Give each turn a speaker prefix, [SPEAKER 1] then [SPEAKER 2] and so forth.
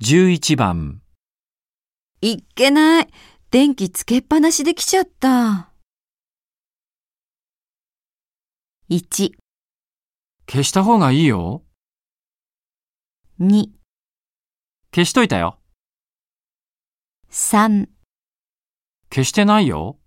[SPEAKER 1] 11番、
[SPEAKER 2] いっけない。電気つけっぱなしで来ちゃった。1、
[SPEAKER 1] 消した方がいいよ。
[SPEAKER 2] 2、
[SPEAKER 1] 消しといたよ。
[SPEAKER 2] 3
[SPEAKER 1] 消してないよ。